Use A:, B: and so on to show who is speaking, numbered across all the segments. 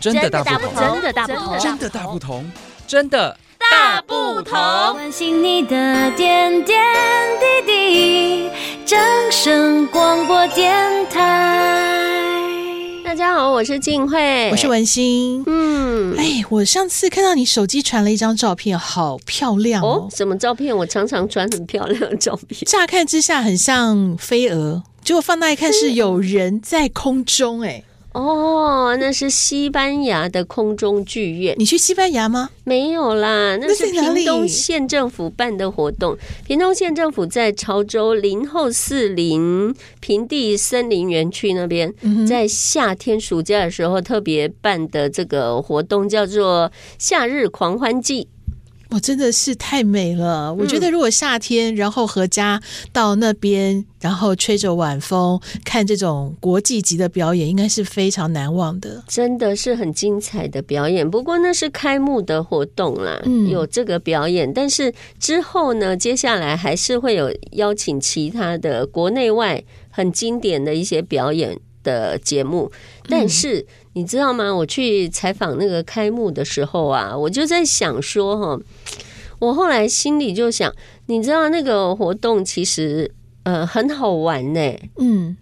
A: 真的大
B: 大
A: 不
B: 不
A: 同，
C: 真
B: 同
C: 的大不同，
A: 真的大不同，真的
B: 大不同。
C: 关心你的点点滴滴，掌声广播电台。
B: 大家好，我是静慧，
D: 我是文心。
B: 嗯，
D: 哎，我上次看到你手机传了一张照片，好漂亮
B: 哦
D: 哦，！
B: 什么照片？我常常传很漂亮的照 片。
D: 乍看之下很像飞蛾，结果放大一看是有人在空中。哎，
B: 嗯哦，那是西班牙的空中剧院，
D: 你去西班牙吗？
B: 没有啦，那
D: 那
B: 是
D: 在哪
B: 屏
D: 里
B: 东县政府办的活动。屏东县政府在潮州林后四林平地森林园区那边，
D: 嗯
B: 在夏天暑假的时候特别办的这个活动叫做“夏日狂欢季
D: 我真的是太美了！我觉
B: 嗯
D: 得如果夏天，然后合家到那边，然后吹着晚风，看这种国际级的表演，应该是非常难忘的”，。
B: 真的是很精彩的表演。不过那是开幕的活动啦，
D: 嗯
B: 有这个表演，但是之后呢，接下来还是会有邀请其他的国内外很经典的一些表演的节目。
D: 嗯
B: 但是你知道吗？我去采访那个开幕的时候啊，我就在想说哈，我后来心里就想，你知道那个活动其实呃很好玩呢、
D: 嗯，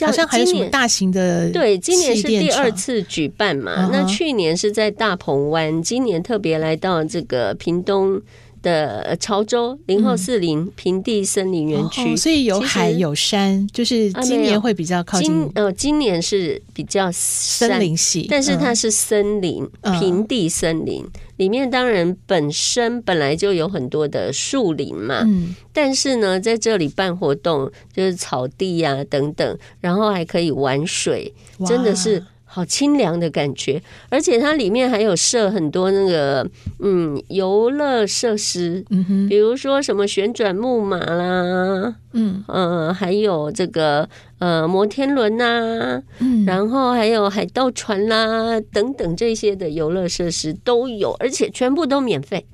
D: 好像还有
B: 今
D: 什么
B: 年
D: 大型的
B: 对，今年是
D: 气垫
B: 第二
D: 床
B: 次举办嘛
D: 嗯。哼
B: 那去年是在大鹏湾，今年特别来到这个屏东的呃潮州零后四零平地森林园区
D: 嗯哦，。所以有
B: 其实
D: 海有山，就是
B: 啊
D: 今
B: 没有
D: 年会比较靠
B: 今
D: 近
B: 呃今年是比较山
D: 森林系，
B: 但是它
D: 嗯
B: 是森林，
D: 嗯
B: 平地森林里面当然本身本来就有很多的树林嘛，
D: 嗯
B: 但是呢，在这里办活动就是草地呀、等等，然后还可以玩水，
D: 哇
B: 啊真的是好清凉的感觉。而且它里面还有设很多那个嗯游乐设施，
D: 嗯哼
B: 比如说什么旋转木马啦，
D: 嗯
B: 呃，还有这个呃摩天轮呐、
D: 嗯，
B: 然后还有海盗船啦、等等这些的游乐设施都有，而且全部都免费。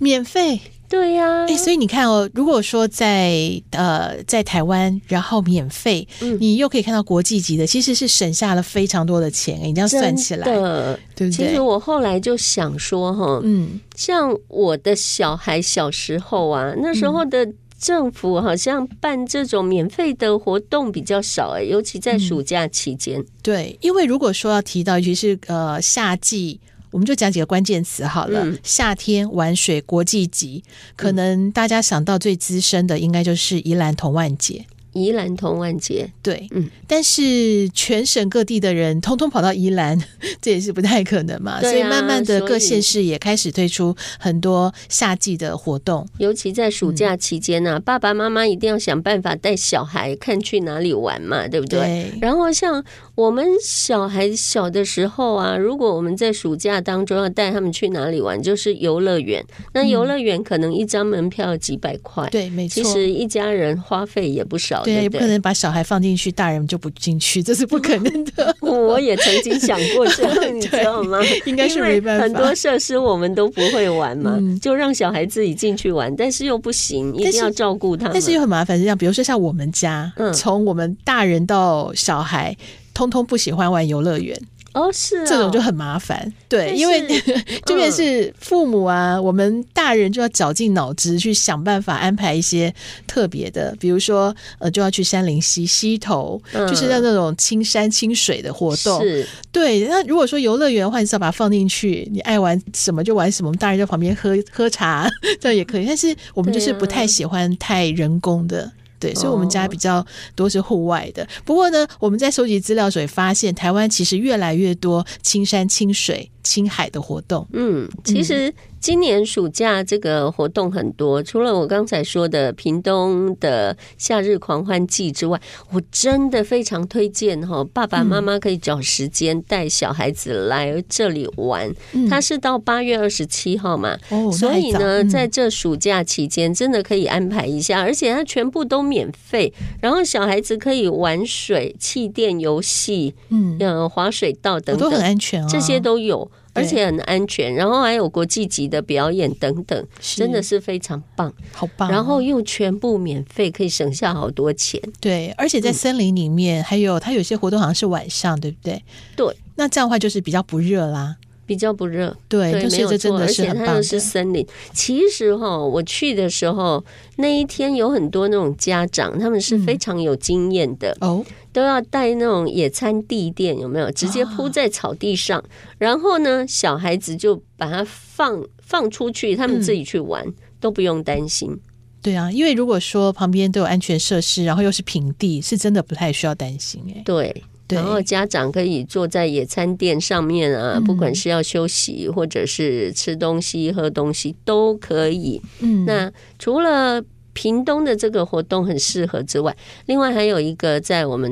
D: 免费
B: 对呀、
D: 哎，所以你看哦，如果说在呃在台湾，然后免费，
B: 嗯
D: 你又可以看到国际级的，其实是省下了非常多的钱，你这样算起来，
B: 真的。
D: 对不
B: 其实
D: 对？
B: 我后来就想说，哈，
D: 嗯，
B: 像我的小孩小时候啊，那时候的政府好像办这种免费的活动比较少、哎，尤其在暑假期间。
D: 对，因为如果说要提到，尤其是呃夏季。我们就讲几个关键词好了。
B: 嗯
D: 夏天玩水国际级，可能大家想到最资深的应该就是宜兰同万节。
B: 宜兰同万节，
D: 对，
B: 嗯，
D: 但是全省各地的人通通跑到宜兰， 这也是不太可能嘛。
B: 对啊
D: 所以慢慢的，
B: 所以
D: 各县市也开始推出很多夏季的活动。
B: 尤其在暑假期间呢、啊，爸爸妈妈一定要想办法带小孩看去哪里玩嘛，对不对？
D: 对，
B: 然后像我们小孩小的时候啊，如果我们在暑假当中要带他们去哪里玩，就是游乐园。那游乐园可能一张门票几百块，
D: 对，没
B: 其
D: 错。
B: 实一家人花费也不少，
D: 对，
B: 对
D: 也
B: 不
D: 不可
B: 对？
D: 能把小孩放进去，大人就不进去，这是不可能 的。
B: 我也曾经想过这 样，你知道吗？
D: 应该是没办
B: 因为
D: 法。
B: 很多设施我们都不会玩嘛，
D: 嗯
B: 就让小孩自己进去玩，但是又不行，一定
D: 但是
B: 要照顾他们。
D: 但是又很麻烦，是这样，比如说像我们家，
B: 嗯
D: 从我们大人到小孩，通通不喜欢玩游乐园，
B: 哦，是啊、
D: 这种就很麻烦。对，因为
B: 但是
D: 就变
B: 嗯
D: 是父母啊，我们大人就要绞尽脑汁去想办法安排一些特别的，比如说呃，就要去山林溪溪头，
B: 嗯
D: 就是让那种青山清水的活动。
B: 是
D: 对，那如果说游乐园的话，你只要把它放进去，你爱玩什么就玩什么，我们大人在旁边喝喝茶， 这样也可以。但是我们就是
B: 对啊
D: 不太喜欢太人工的。对，所以我们家
B: 哦
D: 比较多是户外的。不过呢，我们在收集资料时也发现，台湾其实越来越多青山、清水、青海的活动。
B: 嗯，其实今年暑假这个活动很多，除了我刚才说的屏东的夏日狂欢季之外，我真的非常推荐哈、爸爸妈妈可以找时间带小孩子来这里玩。
D: 嗯
B: 它是到八月二十七号嘛，
D: 哦，那
B: 所
D: 还
B: 以
D: 早
B: 呢，
D: 嗯
B: 在这暑假期间，真的可以安排一下，而且它全部都免费，然后小孩子可以玩水、气垫游戏、
D: 嗯，
B: 嗯、滑水道
D: 我
B: 等
D: 都很
B: 等，
D: 安全啊，
B: 这些都有。而且很安全，然后还有国际级的表演等等，
D: 是
B: 真的是非常棒。
D: 好棒哦。
B: 然后又全部免费，可以省下好多钱。
D: 对，而
B: 嗯
D: 且在森林里面，还有它有些活动好像是晚上，对不对？
B: 对，
D: 那这样的话就是比较不热啦。
B: 比较不热，
D: 对，
B: 对，
D: 就
B: 没
D: 是
B: 有
D: 这真
B: 错，
D: 的
B: 而
D: 是
B: 且
D: 很
B: 它
D: 棒
B: 又
D: 的。
B: 是森林。其实哈，我去的时候那一天有很多那种家长，他们是非常有经验的，
D: 嗯哦，
B: 都要带那种野餐地垫，有没有？直接
D: 哦
B: 铺在草地上，然后呢，小孩子就把它放放出去，他
D: 嗯
B: 们自己去玩，都不用担心。
D: 对啊，因为如果说旁边都有安全设施，然后又是平地，是真的不太需要担心哎、
B: 对，
D: 对
B: 然，后家长可以坐在野餐垫上面
D: 嗯
B: 啊，不管是要休息或者是吃东西、喝东西都可以。
D: 嗯，
B: 那除了屏东的这个活动很适合之外，另外还有一个在我们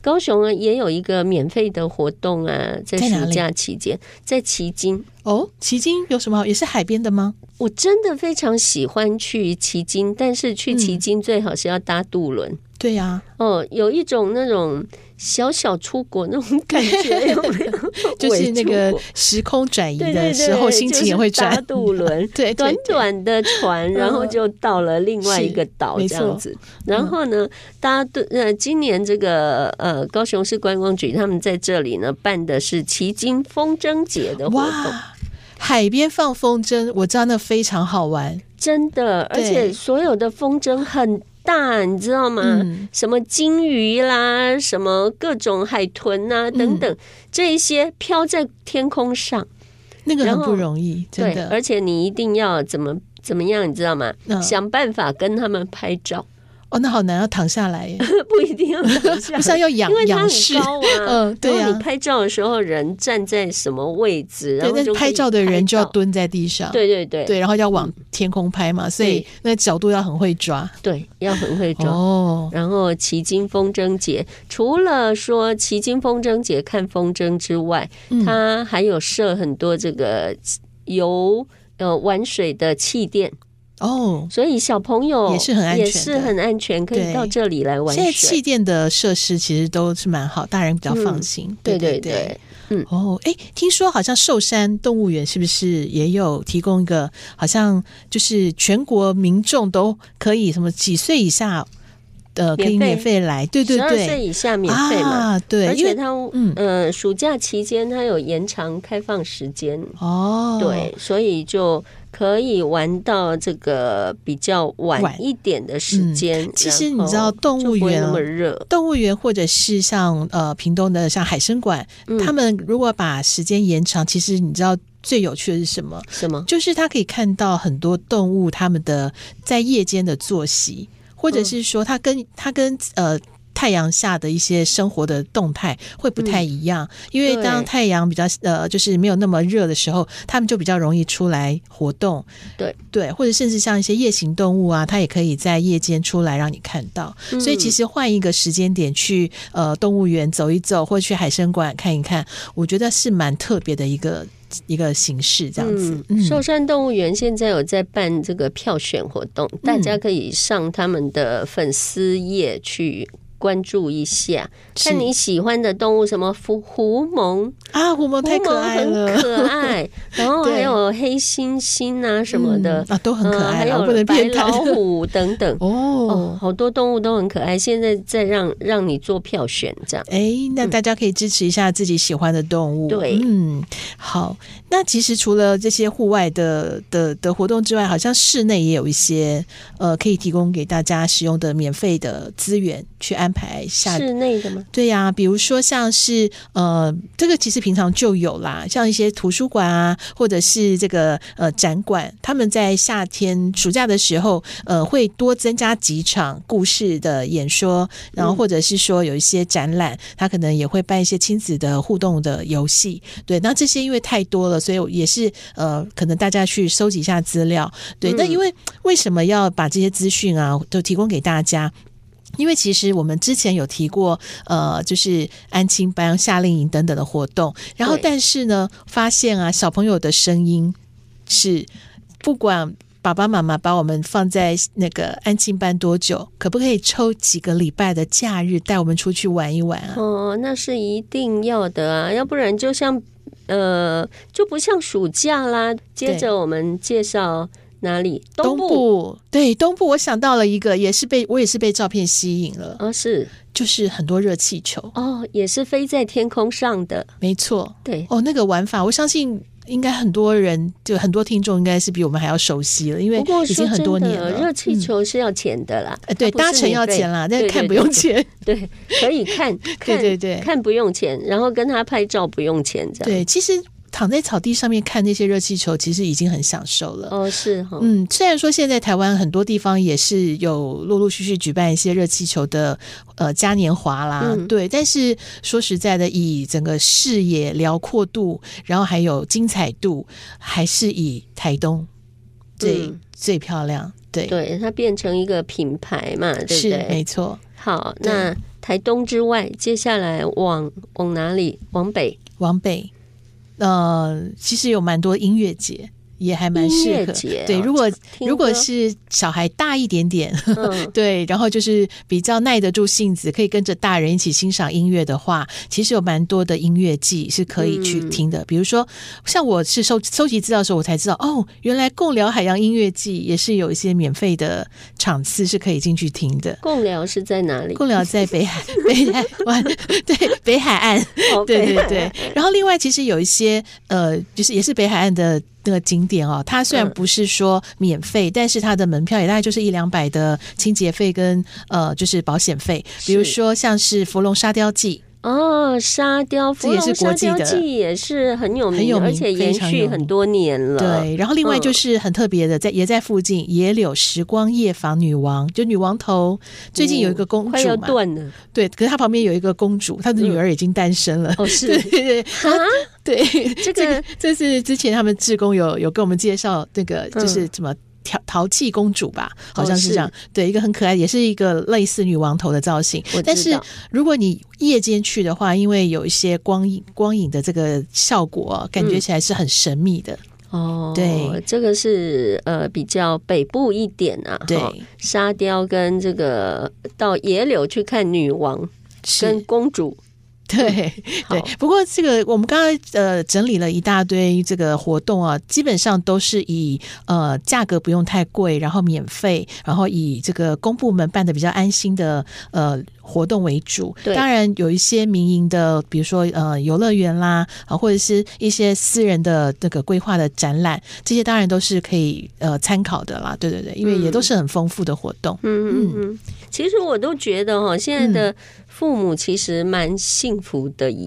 B: 高雄啊，也有一个免费的活动啊，在
D: 在哪
B: 暑
D: 里
B: 假期间，在旗津。
D: 哦，奇经有什么好？也是海边的吗？
B: 我真的非常喜欢去旗津，但是
D: 嗯
B: 去旗津最好是要搭渡轮。
D: 对啊呀、
B: 哦，有一种那种小小出国那种感觉，有没有？
D: 就是那个
B: 伪出国
D: 时空转移
B: 对对
D: 的
B: 对，
D: 时候，心情也会
B: 就是
D: 转，
B: 搭。渡轮
D: 对对对
B: 短短的船，然后就到了另外一个岛
D: 嗯是没
B: 这
D: 错
B: 样子。然后呢，搭渡呃，今年这个呃高雄市观光局他们在这里呢办的是旗津风筝节的活动，
D: 哇，海边放风筝，我知道那非常好玩。
B: 真的，而
D: 对
B: 且所有的风筝很大，你知道吗？
D: 嗯，
B: 什么金鱼啦，什么各种海豚啊
D: 嗯
B: 等等，这一些飘在天空上，
D: 那个
B: 然
D: 很
B: 后
D: 不容易，真
B: 对，
D: 的。
B: 而且你一定要怎么怎么样，你知道吗？
D: 嗯
B: 想办法跟他们拍照，
D: 哦，那好难，要躺下来耶，
B: 不一定要躺下
D: 不是要仰
B: 因为它
D: 仰
B: 很
D: 视。
B: 高啊。
D: 嗯，对
B: 然
D: 呀、
B: 后你拍照的时候，人站在什么位置，然
D: 对，
B: 后
D: 但
B: 就可以
D: 拍照的人就要
B: 拍照。
D: 蹲在地上，
B: 对对对
D: 对，然后要往天空拍嘛，所以
B: 对
D: 那角度要很会抓。
B: 对，要很会装。
D: 哦，
B: 然后旗津风筝节，除了说旗津风筝节看风筝之外，
D: 嗯
B: 它还有设很多这个游呃玩水的气垫，
D: 哦，
B: 所以小朋友
D: 也是很安全的
B: 也是很安全，可以
D: 对
B: 到这里来玩
D: 现在
B: 水。
D: 气垫的设施其实都是蛮好，大人比较放心。
B: 嗯对
D: 对
B: 对对，
D: 哦，哎，听说好像寿山动物园是不是也有提供一个，好像就是全国民众都可以什么几岁以下，呃，可以
B: 免费
D: 免费来，对对
B: 十二岁
D: 对，
B: 以下免费嘛。
D: 啊，对，
B: 而
D: 因
B: 且
D: 为
B: 它，
D: 嗯
B: 嗯、呃，暑假期间它有延长开放时间，
D: 哦，
B: 对，所以就可以玩到这个比较晚
D: 晚
B: 一点的时间。
D: 嗯其实
B: 然
D: 你知道
B: 后
D: 动
B: 就
D: 物
B: 不会
D: 园
B: 那
D: 啊
B: 么热，
D: 动物园或者是像呃屏东的像海参馆，
B: 嗯
D: 他们如果把时间延长，其实你知道最有趣的是什么？
B: 是吗？
D: 就是它可以看到很多动物它们的在夜间的作息，或者是说它
B: 嗯
D: 跟它跟呃。太阳下的一些生活的动态会不太一样，因为
B: 嗯
D: 当
B: 对
D: 太阳比较呃，就是没有那么热的时候，它们就比较容易出来活动。
B: 对
D: 对，或者甚至像一些夜行动物啊，它也可以在夜间出来让你看到。
B: 嗯
D: 所以其实换一个时间点去呃动物园走一走，或去海参馆看一看，我觉得是蛮特别的一个一个形式，这样子。
B: 嗯，寿山动物园现在有在办这个票选活动，大家可以上他们的粉丝页去关注一下，
D: 是
B: 看你喜欢的动物，什么狐狐獴，
D: 啊，虎萌太
B: 狐
D: 可
B: 獴
D: 爱了，
B: 很可 爱，然后
D: 对
B: 还有黑猩猩啊什么的
D: 嗯，啊，都很可
B: 嗯
D: 爱
B: 还
D: 啦，我不
B: 有
D: 能
B: 白
D: 偏袒
B: 老虎等等。哦，
D: 哦。
B: 好多动物都很可爱，现在在让让你做票选这样。
D: 哎，那大家可以支持一下自己喜欢的动物。
B: 对
D: 嗯，好。那其实除了这些户外的的的活动之外，好像室内也有一些呃可以提供给大家使用的免费的资源，去安排夏
B: 室内的吗？
D: 对呀、比如说像是呃，这个其实平常就有啦，像一些图书馆啊，或者是这个呃展馆，他们在夏天暑假的时候，呃，会多增加几场故事的演说，然后或者是说有一些展览，他可能也会办一些亲子的互动的游戏。对，那这些因为太多了，所以我也是呃，可能大家去收集一下资料。对，那因为为什么要把这些资讯啊都提供给大家？因为其实我们之前有提过，呃，就是安亲班、夏令营等等的活动，然后
B: 对
D: 但是呢，发现啊，小朋友的声音是不管爸爸妈妈把我们放在那个安亲班多久，可不可以抽几个礼拜的
B: 哦
D: 假日带我们出去玩一玩啊？
B: 哦，那是一定要的啊，要不然就像呃，就不像暑假啦。接着我们介绍哪里？
D: 东部对东部，我想到了一个，也是被我也是被照片吸引了，
B: 哦，是
D: 就是很多热气球，
B: 哦，也是飞在天空上的，
D: 没错。
B: 对，
D: 哦，那个玩法，我相信应该很多人，就很多听众应该是比我们还要熟悉了，因为
B: 不过
D: 已
B: 说
D: 经很多
B: 真
D: 年
B: 的，
D: 了。
B: 热气
D: 嗯，
B: 球是要钱的啦，
D: 呃，对，
B: 它不是
D: 搭乘要
B: 免费
D: 钱啦，但是
B: 对
D: 看
B: 对
D: 不用
B: 对
D: 钱。
B: 对，可以看，
D: 对
B: 看
D: 对对
B: 看不用钱，然后跟他拍照不用钱，这样。
D: 对，其实躺在草地上面看那些热气球，其实已经很享受了。
B: 哦，是哈，
D: 嗯，虽然说现在台湾很多地方也是有陆陆续续举办一些热气球的呃嘉年华啦，
B: 嗯
D: 对，但是说实在的，以整个视野辽阔度，然后还有精彩度，还是以台东最、
B: 嗯
D: 最漂亮，对，
B: 对，它变成一个品牌嘛，对不
D: 是
B: 对？
D: 没错。
B: 好，
D: 对
B: 那台东之外，接下来往往哪里？往北，
D: 往北，呃，其实有蛮多音乐节。也还蛮适
B: 音乐
D: 合，
B: 节
D: 对。
B: 哦
D: 如果
B: 听
D: 如果
B: 歌
D: 是小孩大一点点，，
B: 嗯
D: 对，然后就是比较耐得住性子，可以跟着大人一起欣赏音乐的话，其实有蛮多的音乐季是可以去听
B: 嗯
D: 的。比如说，像我是收收集资料的时候，我才知道哦，原来共聊海洋音乐季也是有一些免费的场次是可以进去听的。
B: 共聊是在哪里？
D: 共聊在 北海 北海湾，对北海岸，
B: 哦北
D: 对对
B: 海
D: 对。 然后另外，其实有一些呃，就是也是北海岸的那个景点哦，它虽然
B: 嗯
D: 不是说免费，但是它的门票也大概就是一两百的清洁费跟呃，就是保险费。比如
B: 是
D: 说像是芙蓉沙雕季，
B: 哦，沙雕，
D: 这也是
B: 芙蓉
D: 国际
B: 沙
D: 的
B: 雕季也是很有名，
D: 很有名
B: 而且延
D: 非常有
B: 续
D: 名
B: 很多年了。，
D: 对。然后另外就
B: 嗯
D: 是很特别的，在也在附近野柳时光夜访女王，就女王头最近有一个公
B: 嗯快要
D: 主嘛，
B: 断了。
D: 对，可是她旁边有一个公主，她的女
B: 嗯
D: 儿已经诞生了。
B: 哦，
D: 对
B: 是
D: 对对，
B: 啊，
D: 对，
B: 这
D: 这个
B: 个
D: 这是之前他们志工有有跟我们介绍那个
B: 嗯
D: 就是什么。淘淘气公主吧，好像
B: 哦
D: 是
B: 是
D: 这样，对，一个很可爱，也是一个类似女王头的造型
B: 我。
D: 但
B: 知
D: 是
B: 道
D: 如果你夜间去的话，因为有一些光影光影的这个效果，感觉
B: 嗯
D: 起来是很神秘的。
B: 哦，
D: 对，
B: 这个是呃比较北部一点啊，
D: 对
B: 哈沙雕跟这个到野柳去看女王
D: 是
B: 跟公主，
D: 对
B: 好
D: 对，不过这个我们刚刚呃整理了一大堆这个活动啊，基本上都是以呃价格不用太贵，然后免费，然后以这个公部门办的比较安心的呃活动为主。
B: 对
D: 当然有一些民营的，比如说呃游乐园啦啊，或者是一些私人的那个规划的展览，这些当然都是可以呃参考的啦。对对对，因为也都是很丰富的活动。
B: 嗯嗯嗯，其实我都觉得哈，现在的父母其实蛮幸福的耶。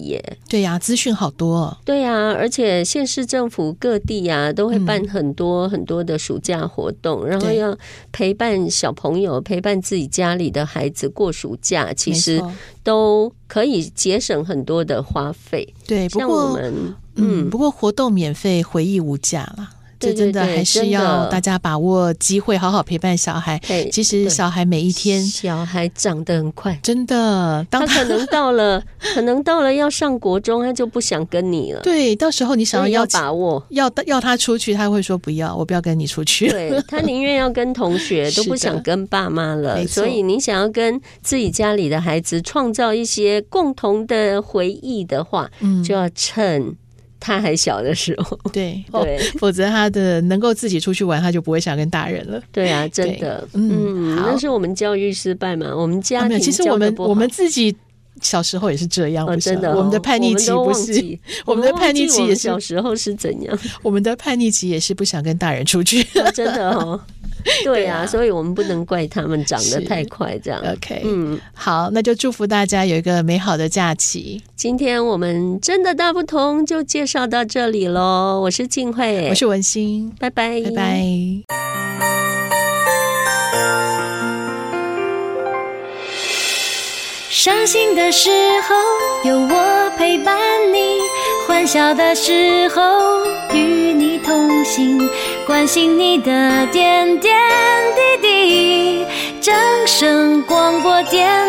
D: 对呀、资讯好多、哦。
B: 对啊，而且县市政府各地啊都会办很多很多的暑假活动，然后
D: 嗯对
B: 要陪伴小朋友、陪伴自己家里的孩子过暑假，其
D: 没
B: 实
D: 错
B: 都可以节省很多的花费。
D: 对，不
B: 像我
D: 过
B: 们，
D: 嗯，
B: 嗯，
D: 不过活动免费，回忆无价啦。这
B: 对
D: 真的
B: 对对
D: 还是
B: 真的
D: 要大家把握机会，好好陪伴小孩。
B: 对
D: 其实
B: 对
D: 小孩每一天
B: 小孩长得很快。
D: 真的，当
B: 他
D: 他
B: 可 能到了，可能到了要上国中，他就不想跟你了。
D: 对到时候你想
B: 所以
D: 要
B: 要
D: 邀请
B: 把握，
D: 要要他出去，他会说不要，我不要跟你出去。
B: 对他宁愿要跟同学，
D: 是的
B: 都不想跟爸妈了
D: 没。错
B: 所以你想要跟自己家里的孩子创造一些共同的回忆的话，
D: 嗯，
B: 就要趁他还小的时候。
D: 对，
B: 对、
D: 否则他的能够自己出去玩，他就不会想跟大人了。
B: 对啊，真的，
D: 嗯好
B: 那是我们教育失败嘛？我们
D: 啊
B: 家
D: 没有，
B: 庭
D: 其实
B: 教
D: 我
B: 得
D: 们
B: 不好
D: 我们自己小时候也是这样，
B: 哦，
D: 不是吗
B: 真
D: 啊
B: 的哦、
D: 我们的叛逆期
B: 我们
D: 不
B: 都忘
D: 是
B: 记
D: 我们的叛逆期
B: 我们忘记我
D: 也
B: 们
D: 是
B: 小时候是怎样？
D: 我们的叛逆期也是不想跟大人出去。
B: 哦真的 哦，对
D: 啊
B: 啊，所以我们不能怪他们长得
D: 是
B: 太快这样。
D: OK，
B: 嗯，
D: 好，那就祝福大家有一个美好的假期。
B: 今天我们真的大不同就介绍到这里喽。我是静慧，
D: 我是文心，
B: 拜拜，
D: 拜拜。。
C: 伤心的时候有我陪伴你，欢笑的时候与你同行，关心你的点点滴滴。掌声广播电